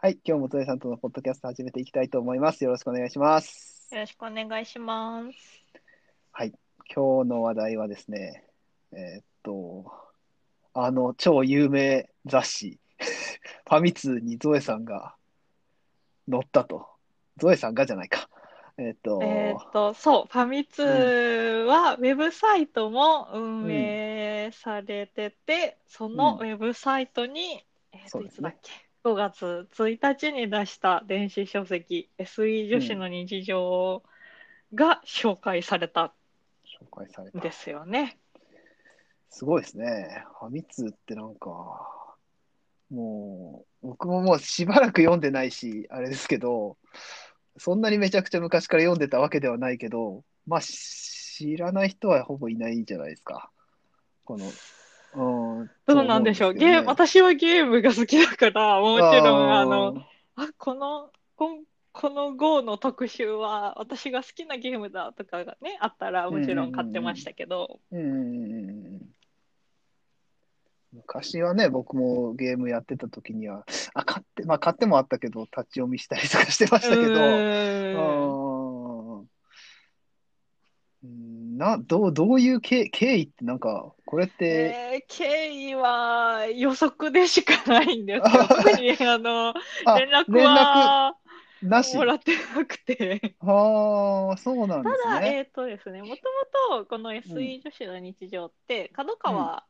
はい、今日もトエさんとのポッドキャスト始めていきたいと思います。よろしくお願いします。よろしくお願いします。今日の話題はですね、えーっと、あの超有名雑誌、 ファミ通にゾエさんが載ったと。ゾエさんがじゃないか。えーっと、えーっと、そう、ファミ通はウェブサイトも運営されてて、そのウェブサイトに、えーっそと、ういですつねだっけ、5月1日に出した電子書籍、SE 女子の日常が紹介された紹介されんた。ですよね。すごいですね。ファミ通ってなんか、もう、僕ももうしばらく読んでないし、あれですけど、そんなにめちゃくちゃ昔から読んでたわけではないけど、まあ、知らない人はほぼいないんじゃないですか。この、うん、どうなんでしょう。ゲーム、た私はゲームが好きだから、もちろん、あの、、あ、この、こん、この GO の特集は私が好きなゲームだとかがね、あったらもちろん買ってましたけど、うんうんうんうん昔はね、僕もゲームやってた時には、あ、買って、まあ買ってもあったけど、立ち読みしたりとかしてましたけど、うーんああ。うんな、どう、どういう経、経緯ってなんか、これって、えー経緯は予測でしかないんです よ。特にあの、あ、連絡連絡はなし。もらってなくて。ああ、そうなんでたすだ、ね。えっとですね、もともとこの SE 女子の日常って、角川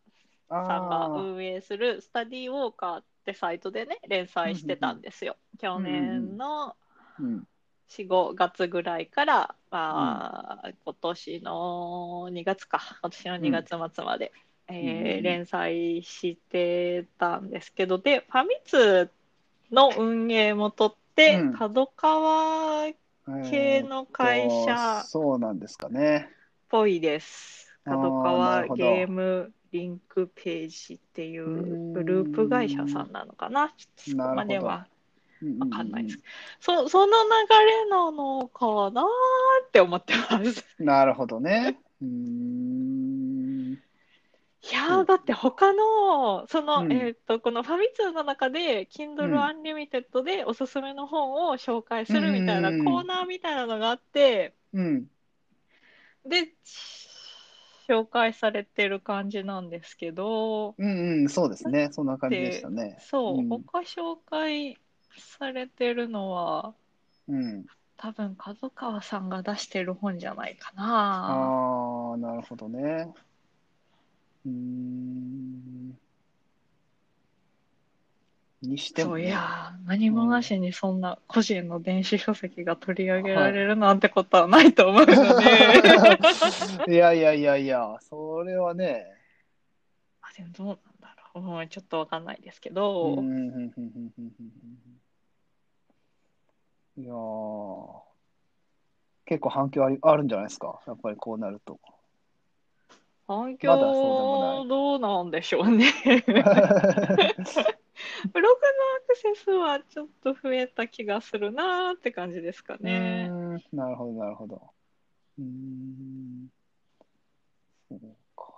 あさんがあー、運営するスタディウォーカーってサイトでね、連載してたんですよ。去年のうん、 45月ぐらいから、まあ今年の2月か今年の2月末まで、うんうんえうんー連載してたんですけどでファミ通の運営もとってうん角川系の会社あーそうなんですかね。っぽいです。あー角な川るほどゲームリンクページっていうグループ会社さんなのかな。ちょっとそこまではうんわかんないです。そその流れなのかなーって思ってます。うんなるほどね。うーん、いやーだって他のその、うんえっとこのファミ通の中で Kindle うん Unlimited でおすすめの本を紹介するみたいなうんうんうんコーナーみたいなのがあってうん、で紹介されてる感じなんですけどうん、うん、そうですね。そんな感じでしたね。そう、うん他紹介されてるのはうん。多分角川さんが出してる本じゃないかな。ああ、なるほどね。うーん。にしてそもうね、いやー何もなしにそんな個人の電子書籍が取り上げられるなんてことはないと思う の で、いやいやいやいや、それはね。あでもどうなんだろう、うん、ちょっとわかんないですけうど、んうんうんうんうんうんうんいやー結構反響ありあるんじゃないですか、やっぱりこうなると。ま反だそうでもな響どうなんでしょうね。ブログのアクセスはちょっと増えた気がするなーって感じですかねう。ーんなるほど、なるほど。うーん。そうか。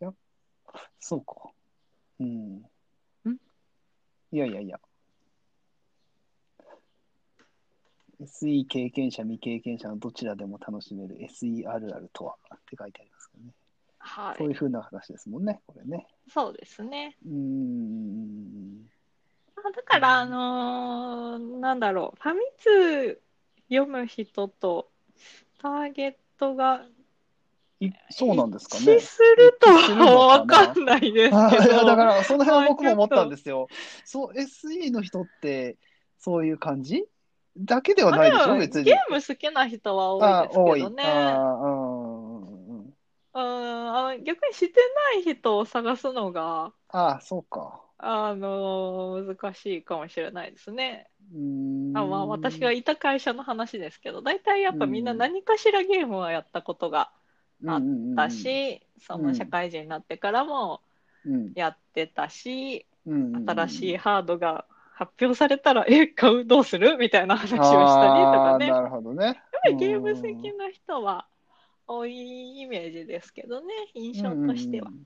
いや、そうか。うん。いやいやいや。SE 経験者、未経験者のどちらでも楽しめる SE あるあるとはって書いてありますけどね。はそういい、うふうな話ですもんね、これね。そうですね。うーん。まあだから、うあんのーなんだろう、ファミ通読む人とターゲットがいそうなんですかね。一致すると一致するのかなはわかんないで すあーけいやだかど、ら、その辺は僕も思っまあちょたっんとですよ。そう、SE の人って、そういう感じだけではないでしまょ、あ別に。ゲーム好きな人は多いですけどね。あー多いあーうんうんうんうんあの逆にしてない人を探すのが、あー、そうか。あのー難しいかもしれないですね。うーんあまあ、私がいた会社の話ですけど、大体やっぱみんな何かしらゲームはやったことがああった、し、その社会人になってからもうんうんやってたし、うんうんうん新しいハードが発表されたら、え、買うどうするみたいな話をしたりとかね。あーなるほどね。やっやっぱりゲーム好きな人は多いイメージですけどね、印象としては。うんうん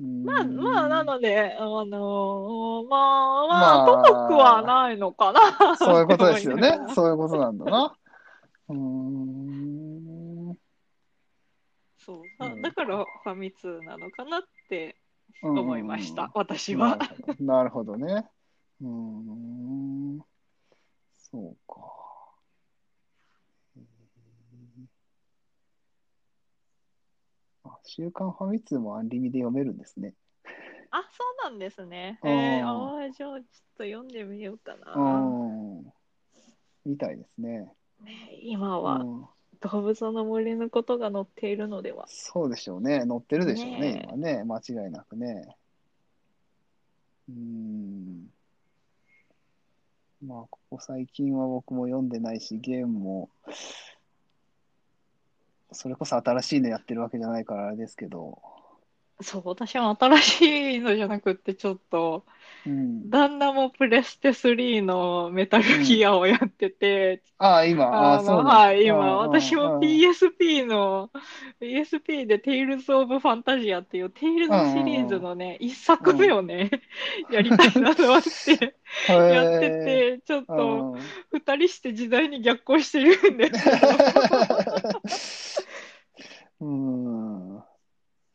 うんまあ、まあ、なので、あのーまあ、ままああ、高くはないのかな。そういうことですよってね 思いなが。らそういうことなんだな。うーん。そううだんだからファミ通なのかなってうん思いました、私なはる。ほど なるほどね。うーん。そうか。うんあ、週刊ファミ通もアンリミで読めるんですね。あ、そうなんですね。うんえー、あーじゃあちょっと読んでみようかうな。ん。みたいですね。ね、今うはん、動物の森のことが載っているのでは。そうでしょうね。乗ってるでしょうねね、今ね。間違いなくね。うーん。まあ、ここ最近は僕も読んでないし、ゲームも、それこそ新しいのやってるわけじゃないからあれですけど、そう、私は新しいのじゃなくって、ちょっと、うん。旦那もプレステ3のメタルギアをやってて、ああ、今、あああ、その、うなんだはい、うんうん今、私うもん PSP の、PSP で Tales of Fantasia っていう Tales シリーズのね、一作目をね、やりたいなと思ってへえやってて、ちょっうと、んうん二人して時代に逆行してるんですけど うーん。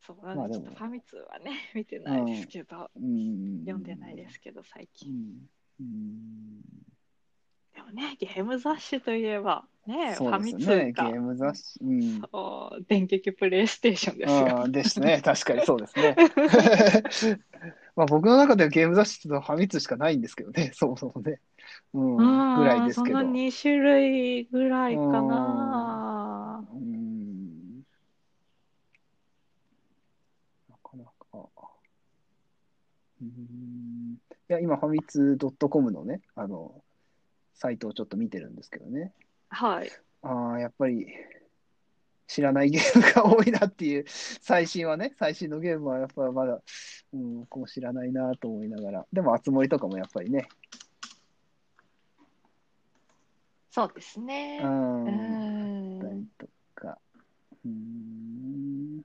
そうなんで、まあでちょもっとファミ通はね、見てないですけど、うん。読んでないですけど、最う近。ん。うん。でもね、ゲーム雑誌といえば、ね、フそァうでミす通ね。ゲがーム雑誌。うん。そう電撃プレイステーションですよ。ああですね。 確かにそうですね。まあ僕の中ではゲーム雑誌っていうのはファミ通しかないんですけどね、 そもそもね。うん、うんぐらいですけど。そのう2種類ぐらいかな。ん。なかなか。うん。いや、今、ファミ通 .com のね、あの、サイトをちょっと見てるんですけどね。はい。ああ、やっぱり知らないゲームが多いなっていう、最新はね、最新のゲームはやっぱまだ、うん、こう知らないなと思いながら、でも、熱森とかもやっぱりね、そうですう、ね。うんん。だったりとか、うん、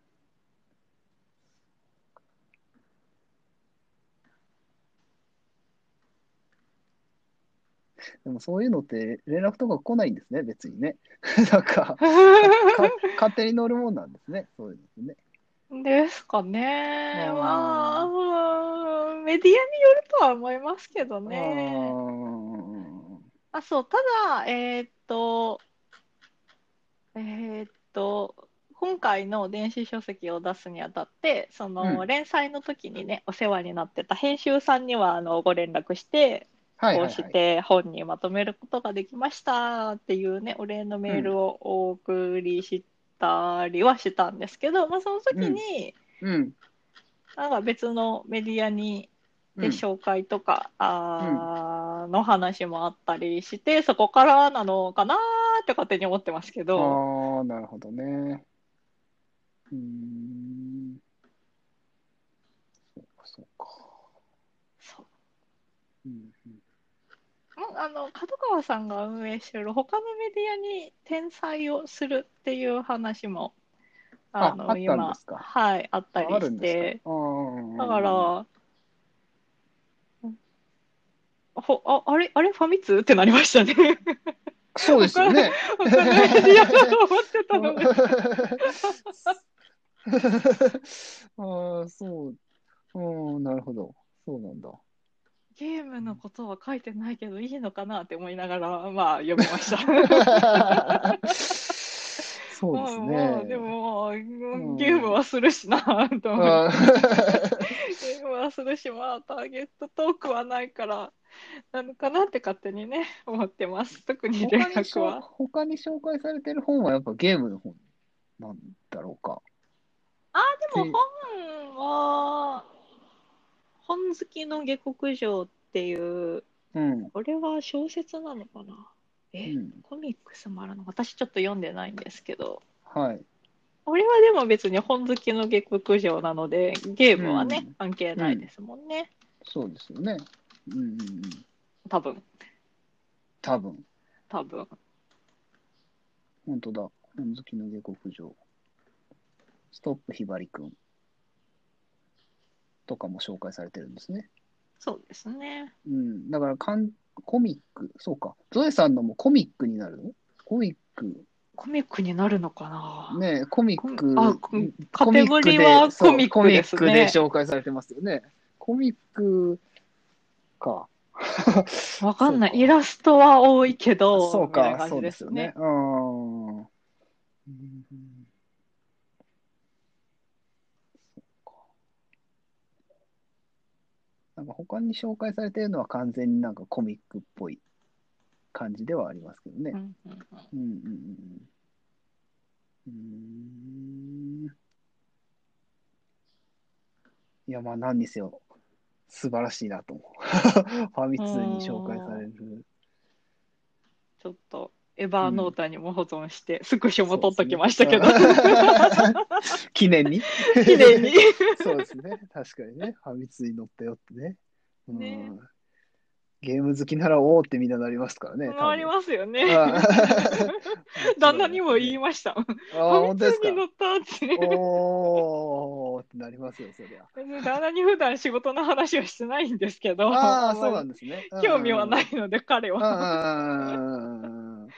でもそういうのって連絡とか来ないんですね、別にね。 なんか、か勝手に乗るもんなんですね、そういうのってね。 ですかね。うんまあ、うんメディアによるとは思いますけどね。うあ、そう、ただ、えーっと、えーっと、今回の電子書籍を出すにあたって、そのうん連載の時にね、お世話になってた編集さんにはあのご連絡して、はいはいはこういして本にまとめることができましたっていうね、お礼のメールをお送りしたりはしたんですけど、まあ、その時に、うんなんか別のメディアにうでん紹介とか、あーの話もあったりして、そこからなのかなーって勝手に思ってますけど、ああ、なるほどね。うーん。そうか、そうか。そううんうんまああの角川さんが運営している他のメディアに転載をするっていう話もああったのんです今かはいあったりあるしんでてすか。あーだから、ほああれあれファミ通ってなりましたね。 そうですよね。他のメディアだと思ってたのが。ああ、そう。うん、なるほど。そうなん だ。ゲームのことは書いてないけどいいのかなって思いながら、まあ、読みました。 そうまであすまあでね。も、んゲームはするしなと思ってあーゲームはするし、まあ、ターゲットトークはないから、なのかなって勝手にね、思ってます。特に 連他に絡紹は。他に紹介されてる本はやっぱゲームの本なんだろうか。でも本は、本好きの下克上っていう、うん。これは小説なのかなえ、うんコミックスもあるの私ちょっと読んでないんですけど。はい。俺はでも別に本好きの下克上なので、ゲームはね、うん関係ないですもんね、そうですよね。うんうんうん。多分多分。多分本当だ。本好きの下克上。ストップひばりくん。とかも紹介されてるんですね。そうですね。うん、だからかんコミック、そうか、ゾエさんのもコミックになるのコミック、コミックになるのかな、ねえコミック、あコミカテゴリーはコミックですコミックでね。紹介されてますよね。コミックか。わかんそうない。かイラストは多いけど、そうみたいなか、感そうじですよね。。うーん。うんそうかなんか他に紹介されてるのは完全になんかコミックっぽい感じではありますけどね。うんうんうんううんんうんうん。うーん。いや、まあ、何にせよ、素晴らしいなと 思う。ファミ通に紹介される。ちょっと、エヴァーノータにも保存して、スクショも撮っときましたけど、そうですね 記念に綺麗に。 そうですね。確かにね。ファミ通に乗ったよってね。うんねゲーム好きならおおってみんななりますからね。回りますよね。す 旦那にも言いい。ました。ああ、本当ですかファ。ミ通に乗ったって。おーってなりますよ、そりゃ。別に旦那に普段仕事の話はしてないんです けど、ああ、あんまそりうなんですね。興味はないので、彼うん。は。うんうんうんうんうん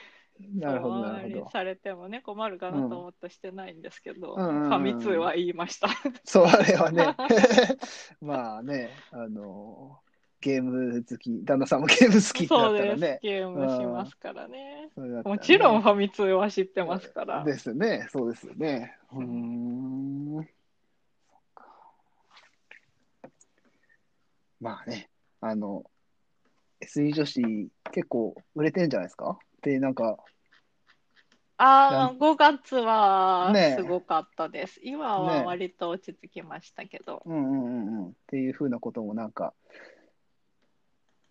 なるほど、なるほど。されてもね、困るかなと思ってしてないんですけど、うんうんうんうんファミ通は言いました。そう、あれは ね。 まあね、あのゲーム好き、旦那さんも ゲーム好きだそうったでらす、ね。ゲームしますからね。それだったらもねちろんファミ通は知ってますから。ですね、そうですよね。うーん。そっかまあね、あの、SE 女子、結構売れてるんじゃないですかで、なんか、ああ、5月はねすごかったです。今ねは割と落ち着きましたけど。うんうんうんうんっていうふうなこともなんか、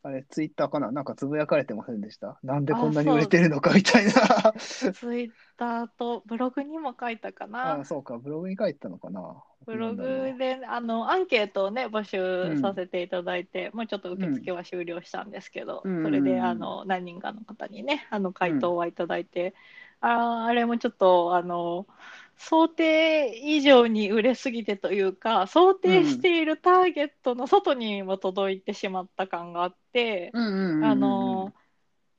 あれ、ツイッターかななんかつぶやかれてませんでしたなんでこんなに売れてるのかみたいな。ツイッターとブログにも書いたかあな。そうか、ブログに書いてたのかなブログなんだろうなであのアンケートをね募集させていただいて、もうちょっと受付は終了したんですけど、うんそれであの何人かの方にねあの回答はいただいて、あーあれもちょっとあの想定以上に売れすぎてというか想定しているターゲットの外にも届いてしまった感があって、うんうんうんうんあの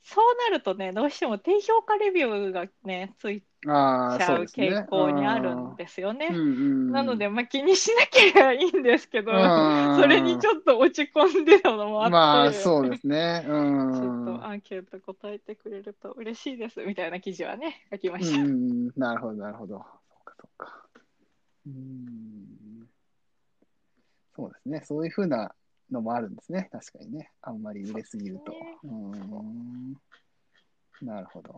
そうなるとねどうしても低評価レビューがねついちあーゃそううですね傾向にあるんですよね。うんうんなので、まあ、気にしなければいいんですけど、うんそれにちょっと落ち込んでたのもあって、まあそうですね。うちん。ょっとアンケート答えてくれると嬉しいですみたいな記事はね、書きまうした。ん、なるほど、なるほど。そうか、そうか。うん。そうですね。そういうふうなのもあるんですね。確かにね。あんまり売れすぎると。う,、ん。なるほど。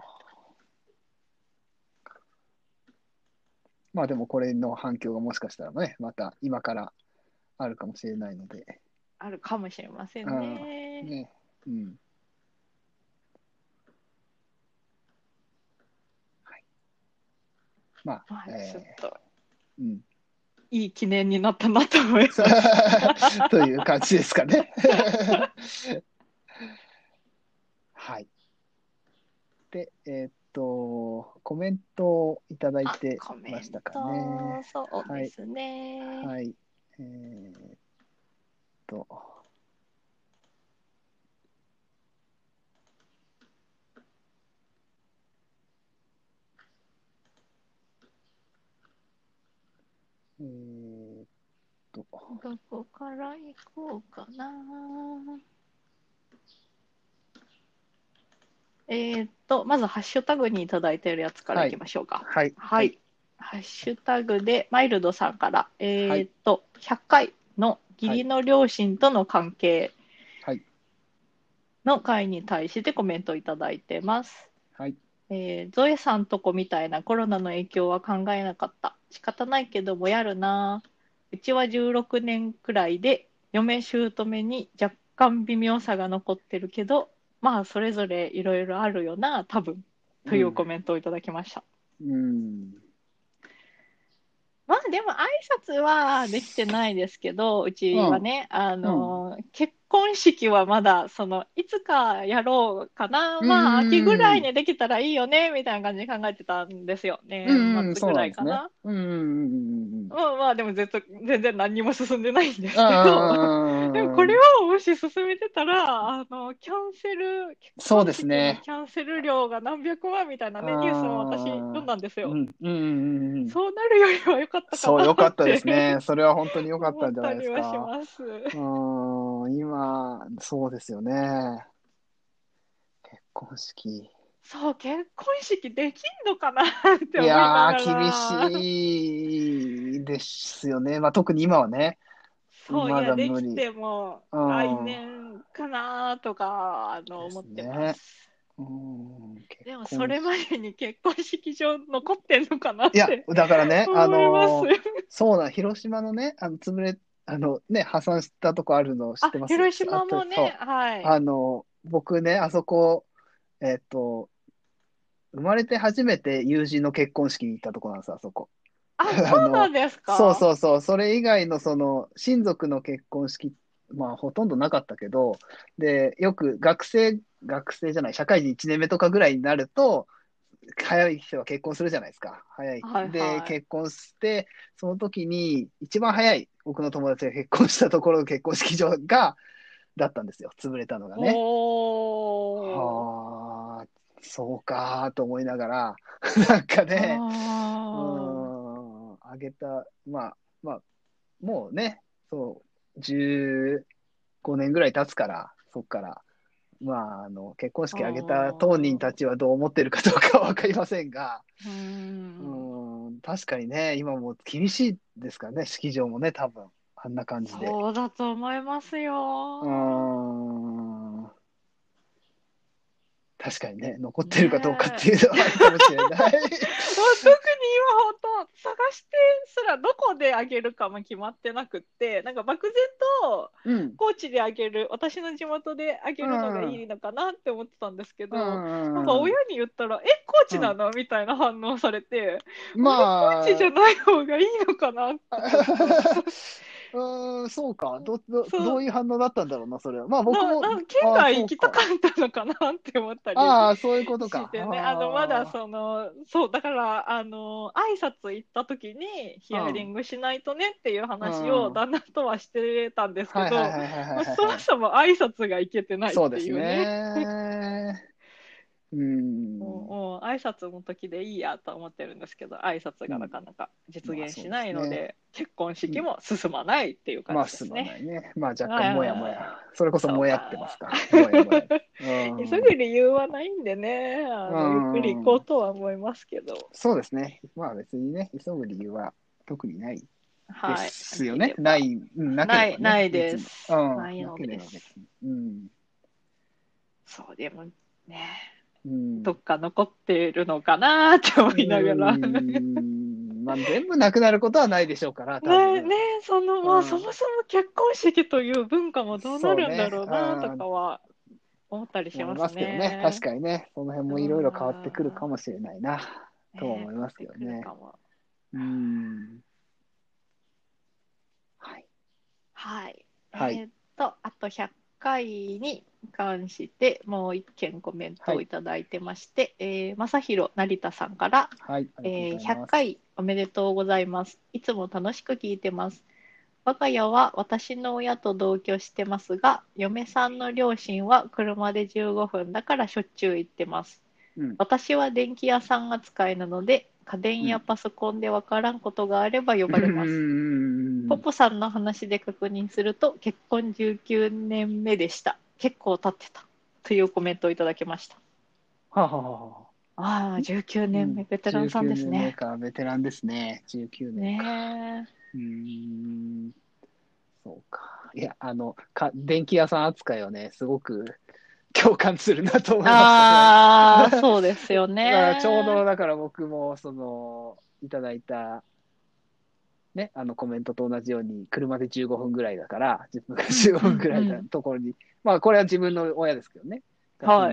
まあでもこれの反響がもしかしたらね、また今からあるかもしれないので。あるかもしれませんね。ね、うん。はい。まあ、まあ、ちょっえとーうん。 いい記念になったなと思います。という感じですかね。 はい。で、えーっと、コメントをいただいあてコメンまトしたかね。そうですね。はい。えー、っと。えー、っと。どこから行こうかな。えーっと、まずハッシュタグにいただいてるやつからいきましょうか。はい。はい。。ハッシュタグで、マイルドさんから、えーっと、100回の義理の両親との関係はいの回に対してコメントいただいてます。はい。えーゾエさんとこみたいなコロナの影響は考えなかった。仕方ないけどもやるな。うちは16年くらいで、嫁姑に若干微妙さが残ってるけど、まあそれぞれいろいろあるよな、多分。というコメントをいただきました。うん。まあでも挨拶はできてないですけど、うちはね、あの、結婚式はまだそのいつかやろうかな、うんまあ秋ぐらいにできたらいいよねみたいな感じで考えてたんですよね、うん、末そうぐならんいでかすねな。うんうん うんうんまあまあでも全然全然何にも進んでないんですけど。うん。でもこれは、をもし進めてたら、あのキャンセル、結そう婚ですね式のキャンセル料が何百万みたいなね、あーニュースも私、読んだんですうんうよ。んうんうん。そうなるよりは良かったかそう、なってよかったです ね。それは本当によかったんじゃないです思ったりか。はします。うん、今、そうですよね。結婚式。そう、結婚式できんのかなってい思いなやがら。ー、厳い。しいですよね。まあ、特に今はね。そう、まいだや、無理できても、うん来年かなとか、あの、です思っねてます。うん、でも、結婚式それまでに結婚式場残ってんのかなっいやて、だからね、思あいますの、。そうなん、広島のね、あの、潰れ、あの、ね、破産したとこあるの知あってます広島もあとそうね、はい。あの、僕ね、あそこ、えっと、生まれて初めて友人の結婚式に行ったとこなんです、あそこ。あ、そうなんですか。そうそうそう、それ以外のその親族の結婚式、まあほとんどなかったけど、で、よく学生、学生じゃない、社会人1年目とかぐらいになると、早い人は結婚するじゃないですか。早い。はいはいで、結婚して、その時に一番早い僕の友達が結婚したところの結婚式場が、だったんですよ、潰れたのがね。おー。はあ、そうかと思いながら、 なんかね、うん、ああげた、まあ、まあ、もうね、そう、15年ぐらい経つから、そっから、まあ、あの、結婚式あげた当人たちはどう思ってるかどうかはわかりませんが、 ーうんうん、確かにね、今もう厳しいですからね、式場もね、多分、あんな感じで。そうだと思いますうよ。ーん確かにね、残ってるかどうかっていうのはあるかもしれない。もう特に今本当探してすらどこであげるかも決まってなくってなんか漠然とうん。高知であげる私の地元であげるのがいいのかなって思ってたんですけど、なんか親に言ったら「え高知なの?」みたいな反応されて、まあ、高知じゃない方がいいのかなって うーん、そうか。ど、ど、そうどういう反応だったんだろうな、それは。まあ僕なも。なんか県外行きたかったのかなって思ったり。ああ、そういうことかし。てね、あーあのまだそのそうだからあの挨拶行った時にヒアリングしないとねっていう話うをん旦那とはしてたんですけはいどはいまはいはいはいあはいそもそも挨拶が行けてないってそうですいうね ね。うん。もうもう挨拶の時でいいやと思ってるんですけど挨拶がなかなか実現しないのまあで,、そうで結婚式も進まないっていうま感あ、じですすまなね。いね。まあ、若干もやもはいはいや。それこそもやってますから。もやもや。 うん急ぐ理由はないんでねあうのんゆっくり行こうとは思いますけど、そうですね。まあ別にね、急ぐ理由は特にないではい、すよね。ない、うん、なければね、ないないです別にうん、ないのなければです別に。うん。そうでもねうん、どっか残ってるのかなって思いながら。うねんまあ全部なくなることはないでしょうから、多分ね、そのまうんあそもそも結婚式という文化もどうなるんだろうそうなねうんとかは思ったりし思いまますすけどね。ね。確かにね、その辺もいろいろ変わってくるかもしれないな、ねとは思いますけど変わっねてく。るかもうん。はい。はい。はいえーっとあと100回に関してもう一件コメントをいただいてまして、えー、正弘成田さんからはい。ありえーがとうござい100ます。回おめでとうございます。いつも楽しく聞いてます。我が家は私の親と同居してますが、嫁さんの両親は車で15分だからしょっちゅう行ってます。うん私は電気屋さん扱いなので、家電やパソコンでわからんことがあれば呼ばれます。うん ポポさんの話で確認すると、結婚19年目でした。結構経ってた。というコメントをいただきました。はははは。ああ、19年目、ベテランさんです19年目ね。か、ベテランですね。19年か。ねうえ。ーん。そうか。いや、あの、か電気屋さん扱いはね、すごく共感するなと思いましたね。あ あ、そうですよだかねら。ちょうど、だから僕も、その、いただいた、ね、あのコメントと同じように、車で15分ぐらいだから、自分が15分ぐらいうんうのところに、まあ、これは自分の親ですけどね。は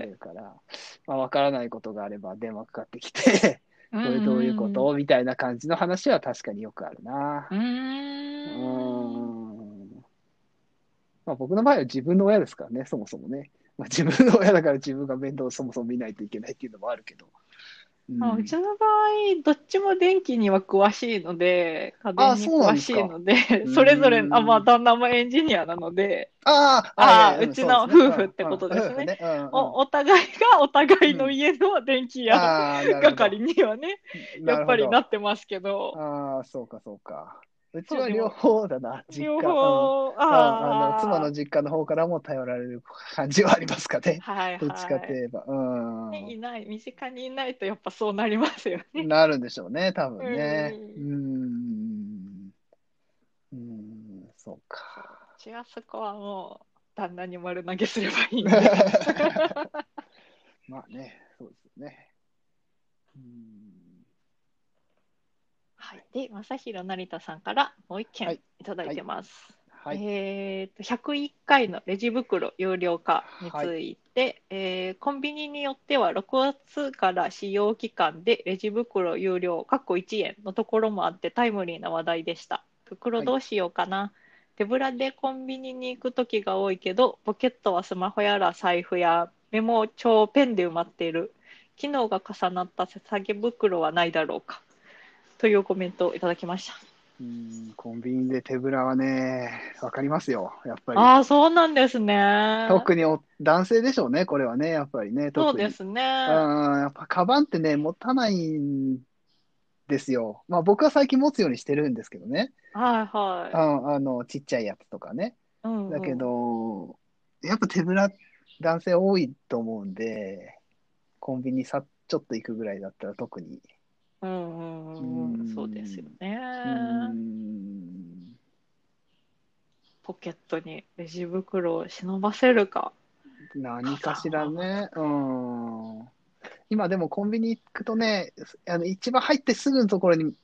が住んいでるから、まあ、わからないことがあれば電話かかってきて、ここれどういうこと、みたいな感じの話は確かによくあるな。ううーーん。ん。ままあ、僕の場合は自分の親ですからね、そもそもね。まあ、自分の親だから自分が面倒をそもそも見ないといけないっていうのもあるけど。うんまあ、うちの場合、どっちも電気には詳しいので、家電あにそうなん詳ですしかいので、うんそれぞれ、あ、まあ、旦那もエンジニアなので、ああ、ああはいはいんうちそうのですね夫婦ってことですうんねうん夫婦うんうんお、お互いがお互いの家の電気屋ああなるほど係にはね、やっぱりなってますけど、ああ、そうか、そうか。うちそうはでも両方だな、実家。両うん方、あああのー妻の実家の方からも頼られる感じはありますかね。はいどっちかといはえば。うん。い。ねいない、身近にいないとやっぱそうなりますよね。なるんでしょうね、多分ね。う。うんうん、そうか。 うちはそこはもう、旦那に丸投げすればいいんで。 まあね、そうですよね。うんはい、で、正弘成田さんからもう一は件いいただいてます。はい。えっと101回のレジ袋有料化について、えーコンビニによっては6月から使用期間でレジ袋有料かっこ1円のところもあってタイムリーな話題でした袋どうしようかな、手ぶらでコンビニに行く時が多いけどポケットはスマホやら財布やメモ帳ペンで埋まっている機能が重なった下げ袋はないだろうかというコメントをいただきましたうん、コンビニで手ぶらはね、わかりますよ、やっぱり。ああそうなんですね特にお男性でしょうね、これはね、やっぱりね、特に。そうですね。うん、やっぱカバンってね、持たないんですよ。まあ僕は最近持つようにしてるんですけどね。はいはああの、ちっちゃいやつとかね。い。うんうんだけ、ど、やっぱ手ぶら男性多いと思うんで、コンビニさ、ちょっと行くぐらいだったら特に。うんうんう、うんんそうですようね。ん。ポケットにレジ袋を忍ばせるか。何かしらね。うん。今でもコンビニ行くとね、あの一番入ってすぐのところに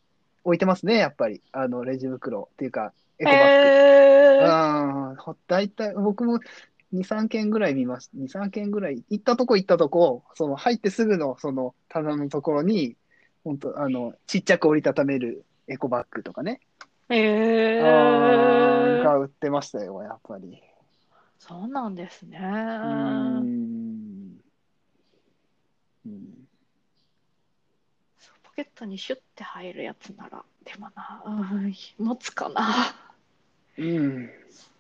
置いてますね、やっぱり。あの、レジ袋っていうか、エコバッグ。えー、ああ、大体、僕も2、3件ぐらい見ました。2、3件ぐらい、行ったとこ行ったとこ、その入ってすぐのその棚のところに、本当あの、ちっちゃく折りたためるエコバッグとかね、えあーー、が売ってましたよ、やっぱり。そうなんですね。うーん。うんそうポケットにシュッて入るやつなら、でもな、うん、持つかな。うん。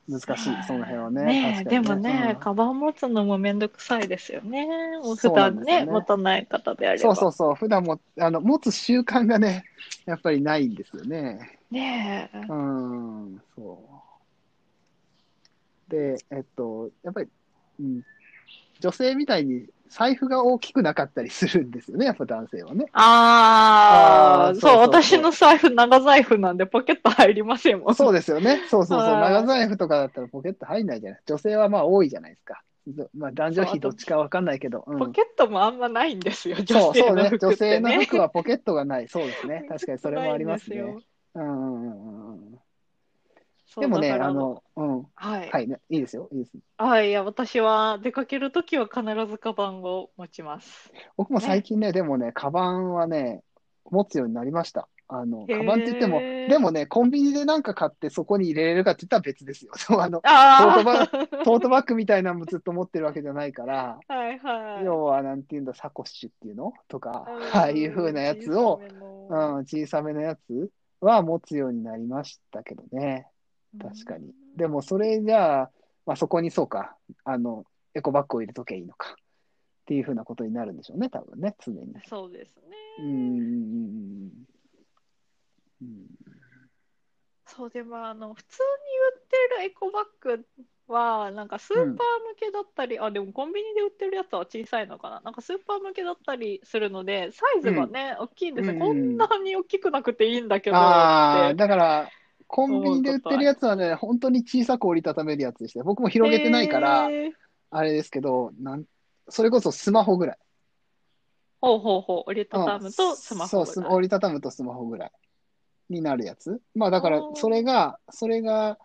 難しい、その辺はね。ね確えかにでもね、うんカバン持つのもめんどくさいですよね。もう普そうなん段ですよね、ね持たない方であれば。そうそうそう、普段も、あの、持つ習慣がね、やっぱりないんですよね。ねえ。うん、そう。で、えっと、やっぱり、うん、女性みたいに財布が大きくなかったりするんですよね、やっぱ男性はね。あああ、ーそうそうそうそう私の財布、長財布なんでポケット入りませんもん。そうでですよね。そうそうそう。はい長財布とかだったらポケット入んないじゃない。女性はまあ多いじゃないですか。どまあ男女比どっちかわかんないけど。うんポケットもあんまないんですよ、そ女うそ性うのね。服女っ性てのね。服はポケットがない。そうです ね。確かにそれもありますないねんで。ようんうんうんうん。そうでもね、だからあの、うん。はい。はい、ね、いいですよ。いいです。はい、いや、私は出かけるときは必ずカバンを持ちます。僕も最近ね、でもね、カバンはね、持つようになりました。あの、へーカバンって言っても、でもね、コンビニでなんか買ってそこに入れれるかって言ったら別ですよ。 そう、あの、あトートバ あ、トートバッグみたいなのもずっと持ってるわけじゃないから、はいはい。要は、なんていうんだ、サコッシュっていうのとかうん、ああいう風なやつを、小さめのうん、小さめのやつは持つようになりましたけどね。確かに。でもそれじゃあ、まあ、そこにそうか、あの、エコバッグを入れとけばいいのか。っていう風なことになるんでしょうね、多分ね、常に。そうですね。うんうんうんうんそうでもあの普通に売ってるエコバッグはなんかスーパー向けだったり、あでもコンビニで売ってるやつは小さいのかななんかスーパー向けだったりするのでサイズがね、大きいんですよ、うんこんなに大きくなくていいんだけうんどああ、ってだから、コンビニで売ってるやつはね、本当に小さく折りたためるやつでしたよ僕も広げてないから、へーあれですけど、なん、それこそスマホぐらい。ほうほうほう折りたたうんむとスマそホう、すぐらい折りたたむとスマホぐらいになるやつ。まあだからあ、ーそれが、それが、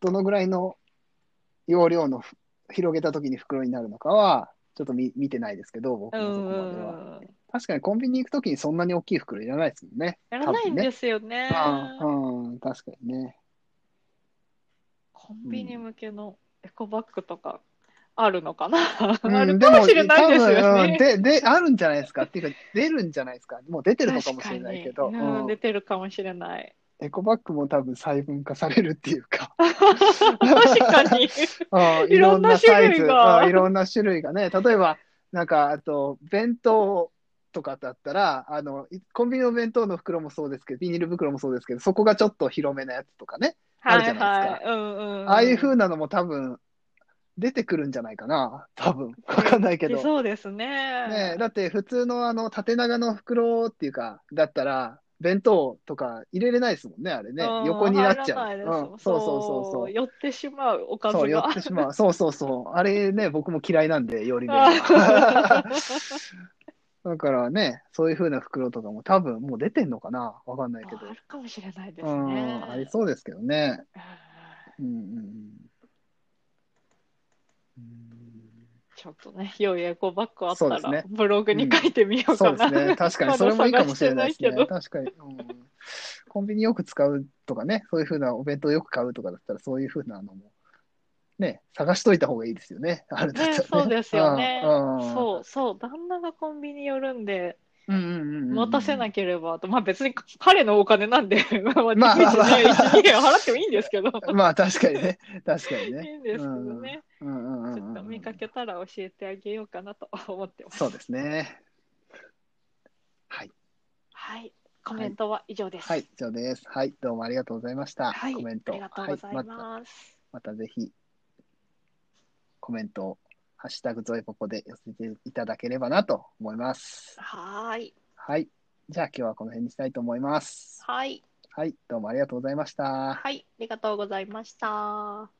どのぐらいの容量のふ広げた時に袋になるのかは、ちょっと見、見てないですけど、僕うもそこまでは。ん確かにコンビニ行く時にそんなに大きい袋いらないですもんね。やらないんですよねああうん、確かにね。コンビニ向けのエコバッグとかあるのかな、うん あるかもしれないですでも多よ分うんね。で、で、あるんじゃないですか。っていうか、出るんじゃないですか。もう出てるのかもしれないけど、確かにうんうん出てるかもしれない。エコバッグも多分細分化されるっていうか、 確 かに。うんいろんな種類がいろんなサイズうんいろんな種類がね、例えば、なんか、あと、弁当とかだったら、あの、いコンビニの弁当の袋もそうですけど、ビニール袋もそうですけど、そこがちょっと広めなやつとかね、あるじゃないですはいはい。うんうんうん。ああいう風なのも多分、出てくるんじゃないかな。多分。わかんないけど。そうですね。ねえ、だって普通のあの縦長の袋っていうか、だったら、弁当とか入れれないですもんね、あれね。うん横になっち入らゃなう。いですうん、そうそうそうそう。寄ってしまうおかずそう、寄がっ。てし まう。そうそうそう。あれね、僕も嫌いなんで、よりね。あ だからね、そういう風な袋とかも多分もう出てんのかなわかんないけど。あるかもしれないでうすねん、。ありそうですけどね。うんうんうんうん。うんちょっとね、良いエコバッグあったそうですねら、ブログに書いてみようそかうですな。ね。確かに、それもいいかもしれないですまね。だ確かに、うん。コンビニよく使うとかね、そういうふうなお弁当よく買うとかだったら、そういうふうなのも、ね、探しといた方がいいですよね。あれだったらね、そうですよね。うんうんそうそう、旦那がコンビニ寄るんで、うんうんうんうん。持たせなきければと、まあ別に彼のお金な んで、まあ、まあまあ、1、まあ2円払ってもいいんですけど、ゃ。まあ、確かにね。確かにいね。いんですけどね、うんうんうんうんちょっと見かけたら教えてあげようかなと思ってます。そうですね。はい。はい、コメントは以上です。はい、以上です。はい、どうもありがとうございました。はい、コメント。ありがとうございはまいす。たまたぜひ、コメントを、ハッシュタグゾイポポで寄せていただければなと思います。はーい、はい。じゃあ今日はこの辺にしたいと思います。はい、はい。どうもありがとうございました。はい、ありがとうございました。